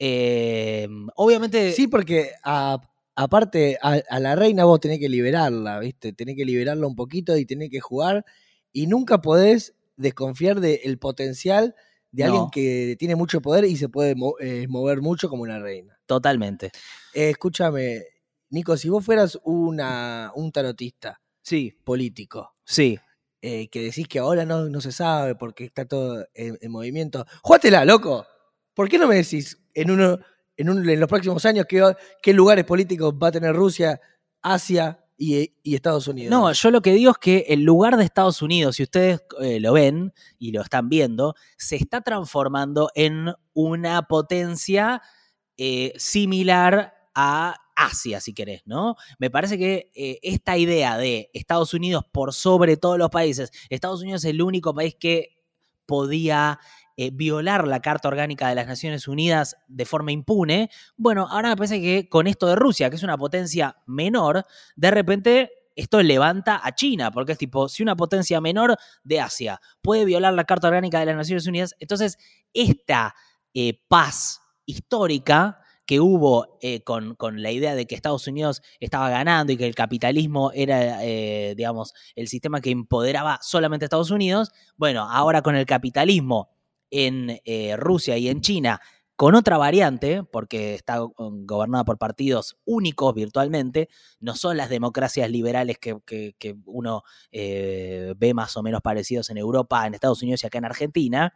Eh, obviamente,
sí, porque a- aparte a, a la reina vos tenés que liberarla, ¿viste? Tenés que liberarla un poquito y tenés que jugar. Y nunca podés desconfiar del potencial de
No.
alguien que tiene mucho poder y se puede mo- eh, mover mucho como una reina.
totalmente.
Eh, escúchame, Nico, si vos fueras una, un tarotista
Sí,
político,
sí.
eh, que decís que ahora no, no se sabe porque está todo en, en movimiento, ¡júatela, loco! ¿Por qué no me decís en, uno, en, un- en los próximos años qué, qué lugares políticos va a tener Rusia, Asia y, eh, y Estados Unidos?
No, yo lo que digo es que el lugar de Estados Unidos, si ustedes eh, lo ven y lo están viendo, se está transformando en una potencia eh, similar a Asia, si querés, ¿no? Me parece que eh, esta idea de Estados Unidos por sobre todos los países, Estados Unidos es el único país que podía eh, violar la Carta Orgánica de las Naciones Unidas de forma impune, bueno, ahora me parece que con esto de Rusia, que es una potencia menor, de repente esto levanta a China, porque es tipo, si una potencia menor de Asia puede violar la Carta Orgánica de las Naciones Unidas, entonces esta eh, paz histórica que hubo eh, con, con la idea de que Estados Unidos estaba ganando y que el capitalismo era, eh, digamos, el sistema que empoderaba solamente a Estados Unidos, bueno, ahora con el capitalismo en eh, Rusia y en China, con otra variante, porque está go- gobernada por partidos únicos virtualmente, no son las democracias liberales que, que- que uno eh, ve más o menos parecidos en Europa, en Estados Unidos y acá en Argentina,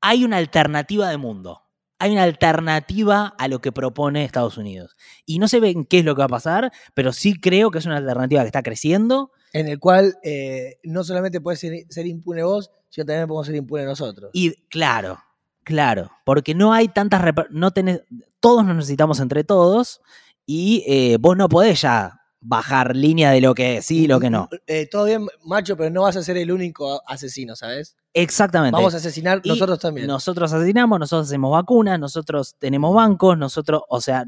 hay una alternativa de mundo. Hay una alternativa a lo que propone Estados Unidos. Y no sé bien qué es lo que va a pasar, pero sí creo que es una alternativa que está creciendo.
En el cual eh, no solamente podés ser, ser impune vos, sino también podemos ser impune nosotros.
Y claro, claro, porque no hay tantas... reper- No tenés, todos nos necesitamos entre todos y eh, vos no podés ya bajar línea de lo que sí y lo que no.
Eh, todo bien, macho, pero no vas a ser el único asesino, ¿sabes?
Exactamente.
Vamos a asesinar
Y
nosotros también.
Nosotros asesinamos, nosotros hacemos vacunas, nosotros tenemos bancos, nosotros, o sea,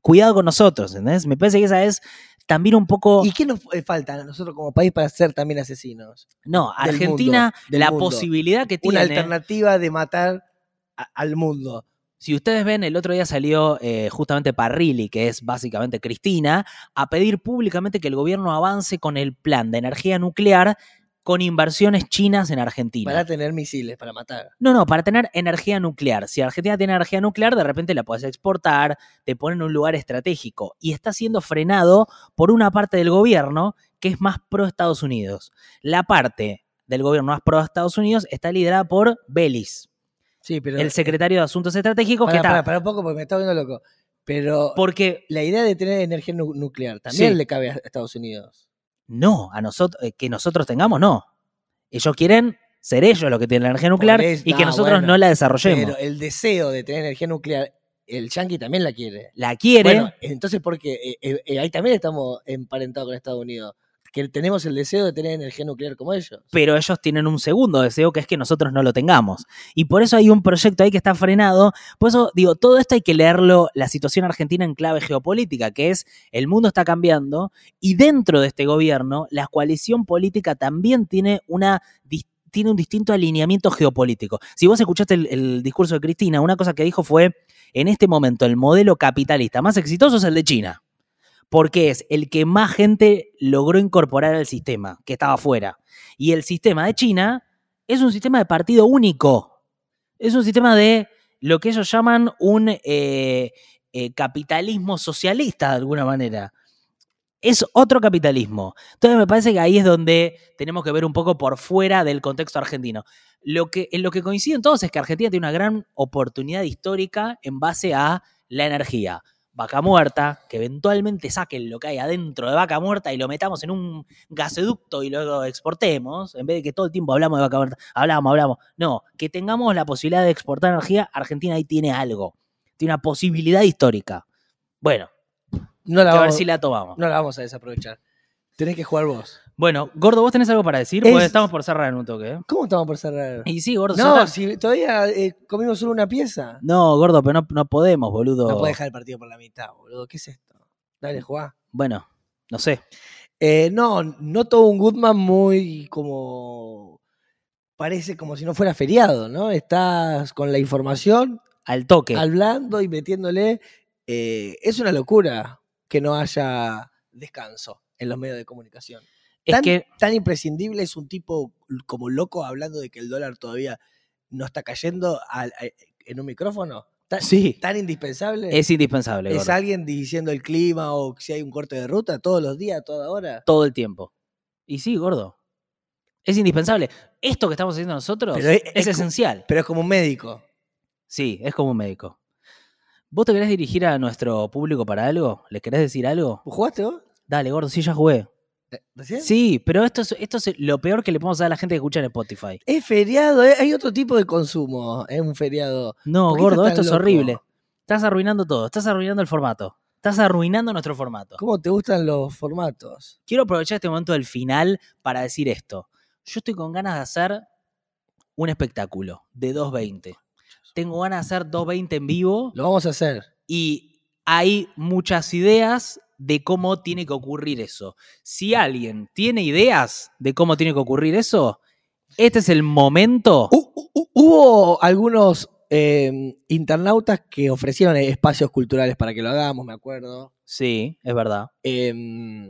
cuidado con nosotros, ¿entendés? Me parece que esa es también un poco,
¿Y qué nos eh, falta a nosotros como país para ser también asesinos?
no,
del
Argentina,
mundo, del
la
mundo.
posibilidad que
Una
tiene,
alternativa de matar a- al mundo.
si ustedes ven, el otro día salió eh, justamente Parrilli, que es básicamente Cristina, a pedir públicamente que el gobierno avance con el plan de energía nuclear con inversiones chinas en Argentina.
Para tener misiles, para matar.
No, no, para tener energía nuclear. Si Argentina tiene energía nuclear, de repente la puedes exportar, te ponen en un lugar estratégico y está siendo frenado por una parte del gobierno que es más pro Estados Unidos. La parte del gobierno más pro Estados Unidos está liderada por Belis,
Sí, pero. eh,
el secretario de Asuntos Estratégicos que
Para,
está
un poco porque me está viendo loco. Pero
porque
la idea de tener energía nu- nuclear también
Sí.
le cabe a Estados Unidos.
no, a nosotros que nosotros tengamos no. Ellos quieren ser ellos los que tienen la energía nuclear
Por eso-
y que
ah,
nosotros
bueno,
no la desarrollemos.
Pero el deseo de tener energía nuclear, el yanqui también la quiere.
la quieren
Bueno, entonces porque eh, eh, eh, ahí también estamos emparentados con Estados Unidos. que tenemos el deseo de tener energía nuclear como ellos.
pero ellos tienen un segundo deseo que es que nosotros no lo tengamos. Y por eso hay un proyecto ahí que está frenado. Por eso digo, todo esto hay que leerlo, la situación argentina en clave geopolítica, que es el mundo está cambiando y dentro de este gobierno la coalición política también tiene una dis- tiene un distinto alineamiento geopolítico. Si vos escuchaste el, el discurso de Cristina, una cosa que dijo fue, en este momento el modelo capitalista más exitoso es el de China, porque es el que más gente logró incorporar al sistema, que estaba fuera. Y el sistema de China es un sistema de partido único. Es un sistema de lo que ellos llaman un eh, eh, capitalismo socialista, de alguna manera. Es otro capitalismo. Entonces me parece que ahí es donde tenemos que ver un poco por fuera del contexto argentino. Lo que, en lo que coinciden todos es que Argentina tiene una gran oportunidad histórica en base a la energía. Vaca muerta, que eventualmente saquen lo que hay adentro de vaca muerta y lo metamos en un gasoducto y luego exportemos, en vez de que todo el tiempo hablamos de vaca muerta, hablamos, hablamos. No, que tengamos la posibilidad de exportar energía, Argentina ahí tiene algo, tiene una posibilidad histórica. Bueno,
No la,
a ver
vamos,
si la tomamos.
no la vamos a desaprovechar. Tenés que jugar vos.
Bueno, Gordo, ¿vos tenés algo para decir?
Es-
Porque estamos por cerrar en un toque. ¿eh?
¿Cómo estamos por cerrar?
Y sí, Gordo,
No,
cerrá.
si todavía eh, comimos solo una pieza.
No, Gordo, pero no, no podemos, boludo.
No puedes dejar el partido por la mitad, boludo. ¿Qué es esto? Dale, jugá.
Bueno, no sé.
Eh, no, noto un Goodman muy como. Parece como si no fuera feriado, ¿no? Estás con la información,
Al toque.
hablando y metiéndole. eh, es una locura que no haya descanso en los medios de comunicación.
es
tan,
que
tan imprescindible es un tipo como loco hablando de que el dólar todavía no está cayendo al- a- en un micrófono. Tan,
sí,
tan indispensable.
es indispensable,
Es
Gordo.
alguien diciendo el clima o si hay un corte de ruta todos los días, a toda hora.
Todo el tiempo. Y sí, Gordo. Es indispensable. Esto que estamos haciendo nosotros
Pero es-
es
es-
esencial.
Pero es como un médico.
Sí, es como un médico. ¿Vos te querés dirigir a nuestro público para algo? ¿Les querés decir algo?
¿Jugaste vos?
Dale, gordo, sí, ya jugué.
Eh, ¿Recién?
Sí, pero esto es, esto es lo peor que le podemos dar a la gente que escucha en Spotify.
Es feriado, eh, hay otro tipo de consumo en un feriado.
No,
¿Por qué
gordo, esto
estás tan
es
loco?
horrible. Estás arruinando todo, estás arruinando el formato. Estás arruinando nuestro formato.
¿Cómo te gustan los formatos?
Quiero aprovechar este momento del final para decir esto. Yo estoy con ganas de hacer un espectáculo de 2.20. Tengo ganas de hacer 2.20 en vivo.
Lo vamos a hacer.
y hay muchas ideas de cómo tiene que ocurrir eso. Si alguien tiene ideas de cómo tiene que ocurrir eso, este es el momento.
Hu- hu- hu- hubo algunos eh, internautas que ofrecieron eh, espacios culturales para que lo hagamos, me acuerdo.
Sí, es verdad.
Em,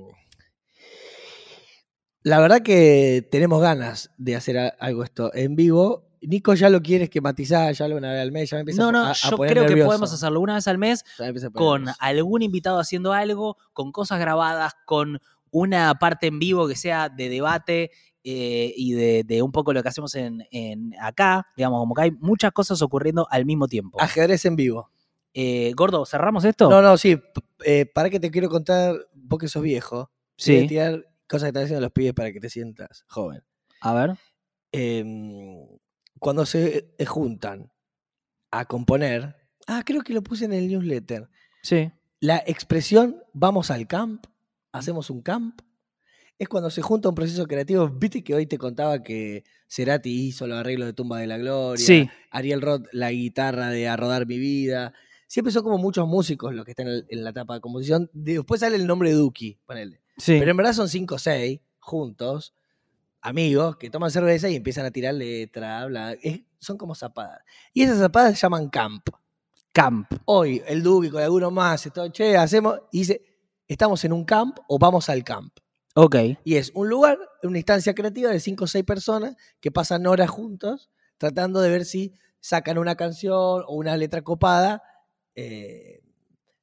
la verdad que tenemos ganas de hacer a- algo esto en vivo. Nico ya lo quieres que matizás, ya lo una vez al mes, ya me empieza
No, no,
a, a
yo
poner
creo que
nervioso.
podemos hacerlo una vez al mes
Ya me empieza a poner
con
nervioso.
algún invitado haciendo algo, con cosas grabadas, con una parte en vivo que sea de debate eh, y de, de un poco lo que hacemos en, en acá, digamos, como que hay muchas cosas ocurriendo al mismo tiempo.
ajedrez en vivo.
Eh, Gordo, ¿cerramos esto?
Ah. No, no, sí. p- eh, para que te quiero contar, vos que sos viejo, te voy a tirar cosas que están haciendo los pibes para que te sientas joven.
a ver.
em, cuando se eh, juntan a componer, ah, creo que lo puse en el newsletter,
Sí.
la expresión vamos al camp, hacemos un camp, es cuando se junta un proceso creativo, viste que hoy te contaba que Cerati hizo los arreglos de Tumba de la Gloria,
Sí,
Ariel Roth la guitarra de A Rodar Mi Vida, siempre son como muchos músicos los que están en, el- en la etapa de composición, después sale el nombre de Duki, ponele.
sí.
Pero en verdad son cinco o seis juntos, amigos, que toman cerveza y empiezan a tirar letra, bla, es- son como zapadas. Y esas zapadas se llaman camp.
camp.
Hoy el Duque con alguno más, esto, che, hacemos, y dice, estamos en un camp o vamos al camp.
Ok.
Y es un lugar, una instancia creativa de cinco o seis personas que pasan horas juntos tratando de ver si sacan una canción o una letra copada. eh,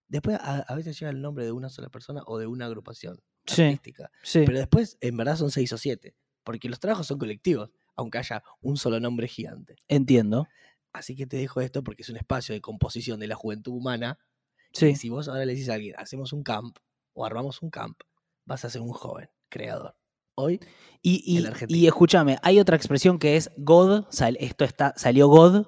después a, a veces llega el nombre de una sola persona o de una agrupación
Sí.
artística.
Sí.
Pero después, en verdad, son seis o siete. Porque los trabajos son colectivos, aunque haya un solo nombre gigante.
Entiendo.
Así que te dejo esto porque es un espacio de composición de la juventud humana.
Sí.
Y si vos ahora le decís a alguien, hacemos un camp o armamos un camp, vas a ser un joven creador. Hoy,
Y, y-
el argentino.
y escúchame, hay otra expresión que es God. sal- esto está, salió God.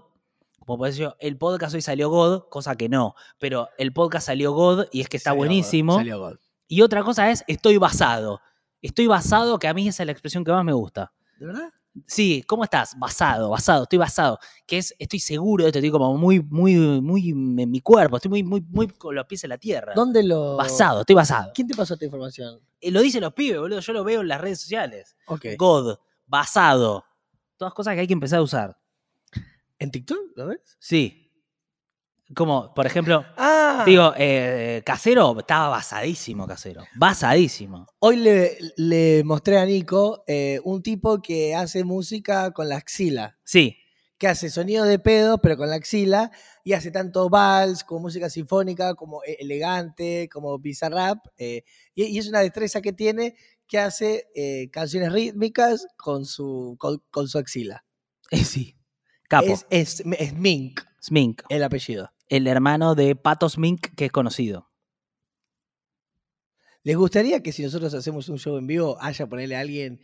Como puedes decir, el podcast hoy salió God, cosa que no. Pero el podcast salió God y es que está
salió God,
buenísimo.
salió God.
Y otra cosa es estoy basado. Estoy basado, que a mí esa es la expresión que más me gusta.
¿De verdad?
Sí, ¿cómo estás? Basado, basado, estoy basado. Que es, estoy seguro de esto, estoy como muy, muy, muy en mi cuerpo, estoy muy, muy, muy con los pies en la tierra.
¿Dónde lo...?
Basado, estoy basado.
¿Quién te pasó esta información?
Eh, Lo dicen los pibes, boludo, yo lo veo en las redes sociales.
Ok.
God, basado. Todas cosas que hay que empezar a usar.
¿En TikTok? ¿Lo ves?
Sí. Como, por ejemplo,
Ah.
digo, eh, casero estaba basadísimo, casero. Basadísimo.
Hoy le, le mostré a Nico eh, un tipo que hace música con la axila,
Sí,
que hace sonido de pedo, pero con la axila, y hace tanto vals, como música sinfónica, como e- elegante, como bizarrap, eh, y, y es una destreza que tiene que hace eh, canciones rítmicas con su, con, con su axila.
eh, sí. Capo,
Es, es, es Mink
Smink,
el apellido.
el hermano de Pato Smink, que es conocido.
¿Les gustaría que si nosotros hacemos un show en vivo haya ponerle a alguien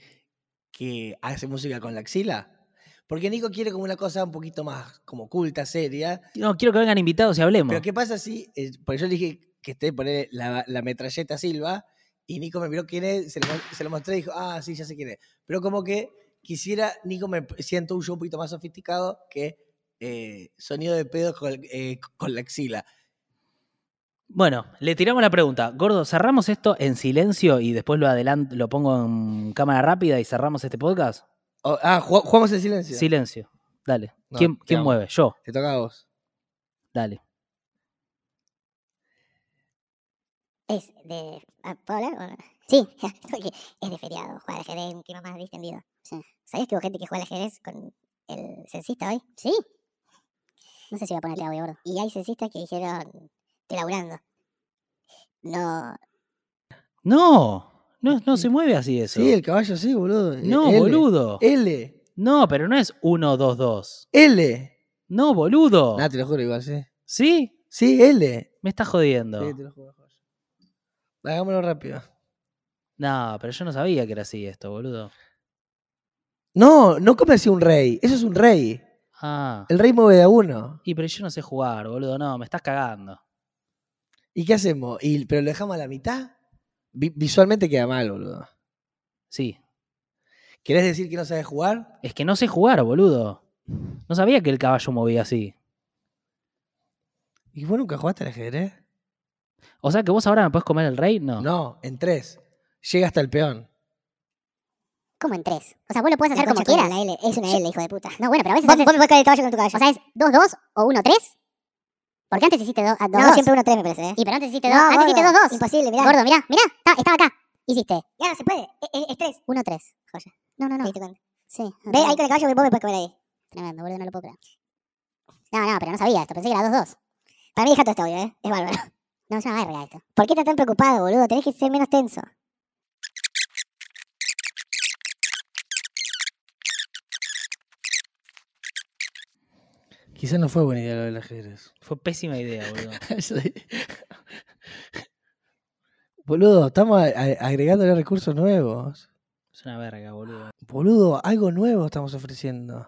que hace música con la axila? Porque Nico quiere como una cosa un poquito más como culta, seria.
No, quiero que vengan invitados y hablemos.
Pero ¿qué pasa si, eh, porque yo le dije que esté poner la, la metralleta Silva y Nico me miró quién es, se lo, mon- se lo mostré y dijo, ah, sí, ya sé quién es. Pero como que quisiera, Nico me p- siento un show un poquito más sofisticado que eh, sonido de pedos con, eh, con la axila.
Bueno, le tiramos la pregunta. Gordo, cerramos esto en silencio y después lo adelanto, lo pongo en cámara rápida y cerramos este podcast.
Oh, ah, ¿jug- jugamos en silencio.
Silencio. Dale.
No,
¿Quién,
te
quién
amo.
mueve? Yo.
Te toca a vos.
Dale.
Es de. ah, ¿Puedo hablar? o no? Sí, [LAUGHS] porque es de feriado. Jugar al ajedrez es un clima más distendido. ¿Sabías que hubo gente que juega al ajedrez con el censista hoy? Sí. No sé si voy a ponerte audio, gordo. Y hay censistas que dijeron: Estoy laburando. No.
No, no, no se mueve así eso.
Sí, el caballo sí, boludo. Eh,
no,
L.
boludo.
L.
No, pero no es 1, 2, 2.
L.
No, boludo.
Nah, te lo juro igual, sí.
¿Sí?
Sí, L.
Me estás jodiendo.
Sí, te lo juro. Jorge. Hagámoslo rápido.
No, pero yo no sabía que era así esto, boludo.
No, no come así un rey. Eso es un rey.
Ah.
El rey mueve de a uno.
Y pero yo no sé jugar, boludo. No, me estás cagando.
¿Y qué hacemos? ¿Y, ¿Pero lo dejamos a la mitad? Vi- visualmente queda mal, boludo.
Sí.
¿Querés decir que no sabes jugar?
Es que no sé jugar, boludo. No sabía que el caballo movía así.
¿Y vos nunca jugaste al ajedrez?
O sea que vos ahora me podés comer el rey, no.
No, en tres. Llega hasta el peón.
Como en tres. O sea, vos lo puedes
hacer como quieras.
La L. Es una
Yo-
L, hijo de puta. No, bueno, pero a veces.
Vos,
haces-
vos me podés caer el caballo con tu caballo.
O sea, es 2-2 o 1-3. Porque antes hiciste 2-2.
no, siempre uno tres me parece, ¿eh?
Y pero antes hiciste
No,
2. antes
gordo,
hiciste 2-2.
Imposible, mirá.
Gordo, mirá, mirá, ta- estaba acá. Hiciste
Ya no se puede. Es, es- es tres.
1-3, joya. No, no,
¿Te
no.
diste cuenta?
Sí.
Ve ahí con el caballo que vos me podés comer ahí.
Tremendo, boludo, no lo puedo creer. No, no, pero no sabía esto. Pensé que era 2-2.
Para mí deja todo este audio, ¿eh? Es bárbaro. [LAUGHS]
No, es una verga esto.
¿Por qué estás tan preocupado, boludo? Tenés que ser menos tenso.
Quizás no fue buena idea lo del [LAUGHS] ajedrez.
Fue pésima idea, boludo.
boludo, estamos a- a- agregándole recursos nuevos.
Es una verga, boludo.
Boludo, algo nuevo estamos ofreciendo.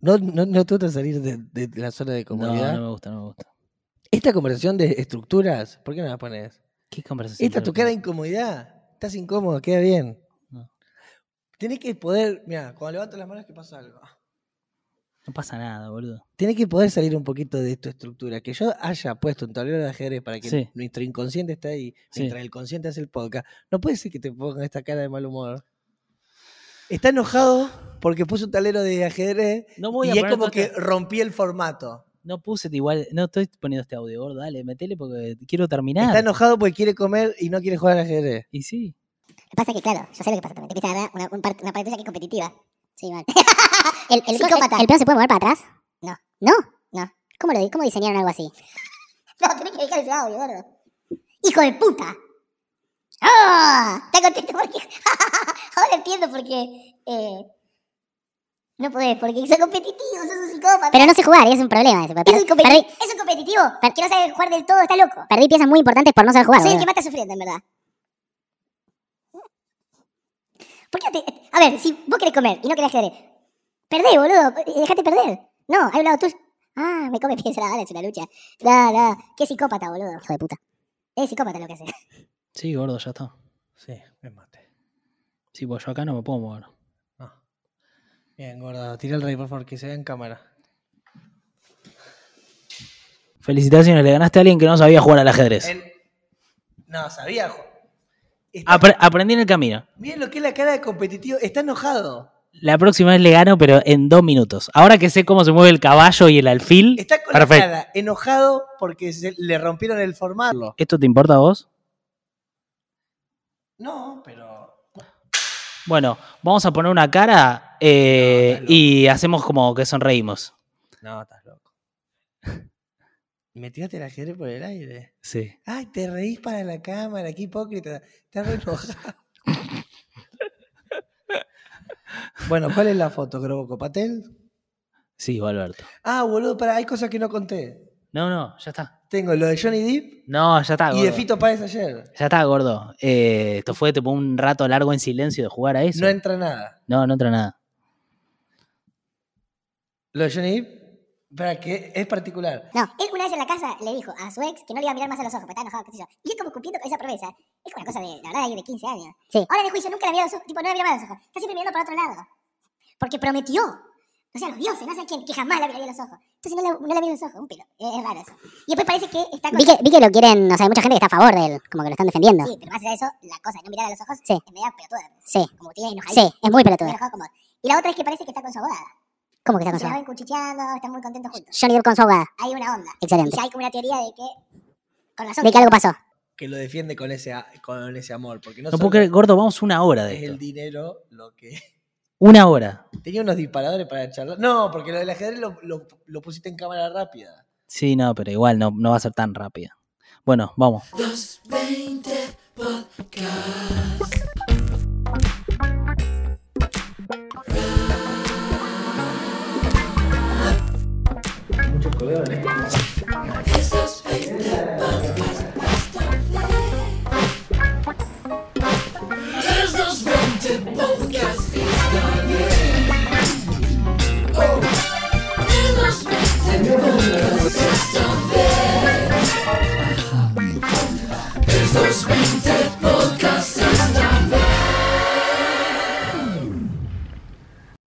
No, no, no te gusta salir de, de la zona de
No,
comodidad.
no me gusta, no me gusta.
Esta conversación de estructuras, ¿por qué no la pones?
¿Qué conversación?
Esta tu cara de incomodidad. Estás incómodo, queda bien.
No.
Tenés que poder, mira, cuando levanto las manos que pasa algo.
No pasa nada, boludo.
Tenés que poder salir un poquito de tu estructura. Que yo haya puesto un tablero de ajedrez para que
Sí.
nuestro inconsciente esté ahí,
Sí.
mientras el consciente hace el podcast. No puede ser que te pongan esta cara de mal humor. Está enojado porque puso un tablero de ajedrez
No voy a
y es
poner este
como
otra-
que rompí el formato.
No puse igual. No estoy poniendo este audio, gordo. Dale, metele porque quiero terminar.
Está enojado porque quiere comer y no quiere jugar al ajedrez.
Y sí.
Lo que pasa es que, claro, yo sé lo que pasa también. Te empieza a agarrar una, un par- una parte tuya que es competitiva. [LAUGHS]
Sí, vale. el, el,
Psicópata.
el, peón se puede mover para atrás?
No.
¿No? No. ¿Cómo, lo, di- cómo diseñaron algo así?
No, tenés que dejar ese audio, gordo. ¡Hijo de puta! ¡Ah! Está contento porque. [LAUGHS] Ahora entiendo por qué. Eh... No podés, porque sos competitivo, sos un psicópata.
Pero no sé jugar y es un problema ese.
Es un,
Perdí,
competi-
perdí,
es un competitivo
per-
que no sabe jugar del todo, está loco.
perdí piezas muy importantes por no saber jugar.
Soy el que
boludo.
más está sufriendo, en verdad. ¿Por qué no te.? A ver, si vos querés comer y no querés ajedrez, perdé, boludo. eh, Dejate perder. No, hay un lado tuyo. Ah, me come [LAUGHS] piensa la bala, es una lucha. No, no. Qué psicópata, boludo.
Hijo de puta.
Es psicópata lo que hace.
Sí, gordo, ya está.
Sí, me maté.
Sí, pues yo acá no me puedo mover.
Ah. Bien, gordo. Tira el rey, por favor, que se vea en cámara.
Felicitaciones, le ganaste a alguien que no sabía jugar al ajedrez.
Él- No, sabía. jo- Está-
Apre- aprendí en el camino.
Miren lo que es la cara de competitivo. Está enojado.
La próxima vez le gano, pero en dos minutos. Ahora que sé cómo se mueve el caballo y el alfil,
Está con
Perfecto.
la cara enojado porque se- le rompieron el formato.
¿esto te importa a vos?
No, pero.
Bueno, vamos a poner una cara eh,
No, estás
y hacemos como que sonreímos.
No, estás loco. Me tiraste el ajedrez por el aire.
Sí.
Ay, te reís para la cámara, qué hipócrita. Estás re enojado. bueno, ¿cuál es la foto, Groboco? ¿Patel?
Sí, Alberto.
Ah, boludo, pará, hay cosas que no conté.
No, no, ya está.
Tengo lo de Johnny Depp
No, ya está.
y de
gordo.
Fito Páez ayer.
Ya está, gordo. Eh, esto fue tipo un rato largo en silencio de jugar a eso.
No entra nada.
no, no entra nada.
Lo de Johnny Depp, para que es particular.
No, él una vez en la casa le dijo a su ex que no le iba a mirar más a los ojos, porque estaba enojado, qué sé yo. Y él como cumpliendo con esa promesa, es una cosa de, la verdad, de de 15 años.
Sí.
Ahora en el juicio nunca le miró a los ojos, tipo, no le miró más a los ojos. Está siempre mirando para otro lado. Porque prometió. O sea, los dioses, no sé quién, que jamás le miraría los ojos. Entonces no le, no le miró los ojos, un pelo. Es, es raro eso. Y después parece que está con...
Vi que, vi que lo quieren, o sea, hay mucha gente que está a favor de él, como que lo están defendiendo.
Sí, pero más allá de eso, la cosa de no mirar a los ojos
Sí.
es media pelotuda.
Sí,
Como que tiene enojadito.
sí, es muy pelotudo.
enojado como... Y la otra es que parece que está con su abogada.
¿Cómo que
Y
está con
se
su
la
abogada?
ven cuchicheando, están muy contentos juntos.
Johnny Depp con su abogada.
Hay una onda. Y
Excelente.
ya hay como una teoría de que... Con razón.
De que algo pasó.
que lo defiende con ese, a- con ese amor. Porque
No
no, solo
puedo creer, gordo, vamos una hora de
es el
esto.
dinero lo que. [LAUGHS]
Una hora.
Tenía unos disparadores para charlar. No, porque lo del ajedrez lo, lo- lo pusiste en cámara rápida.
Sí, no, pero igual no, no va a ser tan rápida. Bueno, vamos.